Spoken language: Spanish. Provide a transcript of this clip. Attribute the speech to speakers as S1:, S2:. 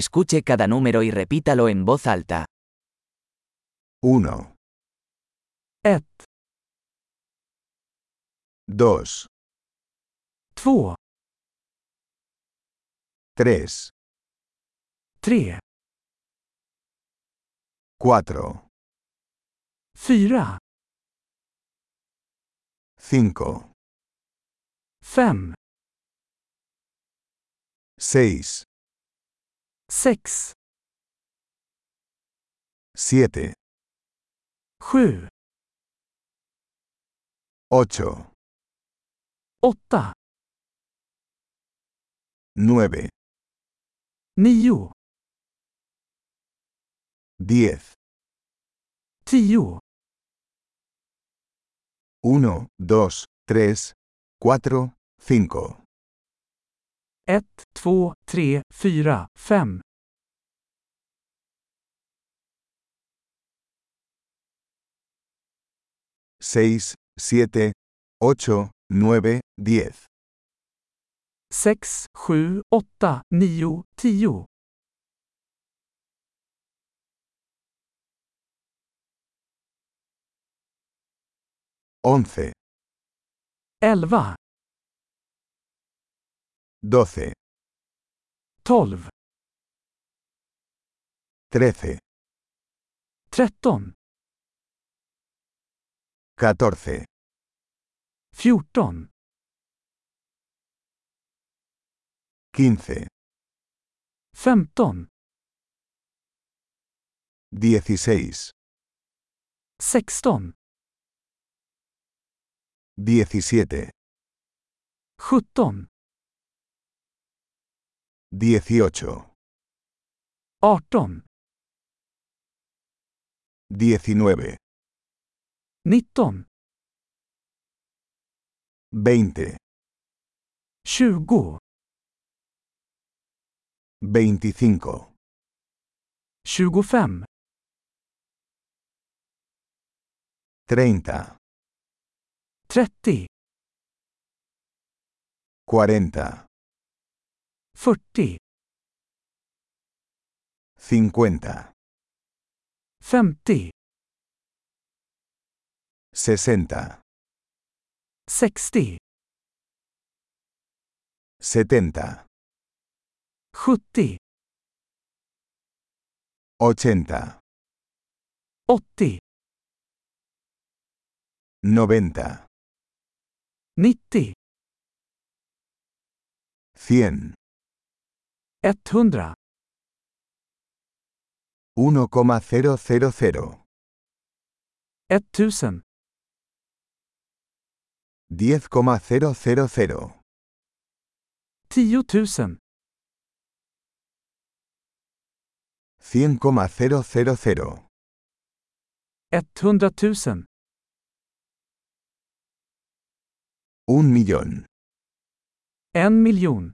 S1: Escuche cada número y repítalo en voz alta.
S2: 1,
S3: 1,
S2: 2,
S3: 2,
S2: 3,
S3: 3,
S2: 4,
S3: 4,
S2: 5,
S3: 5,
S2: 6,
S3: 6,
S2: 7,
S3: 7,
S2: 8,
S3: 8,
S2: 9,
S3: 9,
S2: 10,
S3: 10,
S2: 1, 2, 3, 4, 5,
S3: 1, 2, 3, 4, 5.
S2: seis, siete, ocho, nueve, diez.
S3: 6, 7, 8, 9, 10.
S2: Once,
S3: 11,
S2: doce,
S3: 12,
S2: trece,
S3: 13,
S2: catorce,
S3: 14,
S2: quince,
S3: 15,
S2: dieciséis,
S3: 16,
S2: diecisiete,
S3: 17,
S2: dieciocho,
S3: 18,
S2: diecinueve,
S3: 19,
S2: veinte,
S3: 20,
S2: veinticinco,
S3: 25,
S2: treinta,
S3: 30,
S2: cuarenta,
S3: 40,
S2: cincuenta,
S3: 50,
S2: sesenta,
S3: 60,
S2: setenta,
S3: 70,
S2: ochenta,
S3: 80,
S2: noventa,
S3: 90,
S2: cien.
S3: 100.
S2: 1,000,
S3: 1000,
S2: 10,000,
S3: 10 000,
S2: 100,000,
S3: 100 000,
S2: 1 millón.
S3: 1 miljon.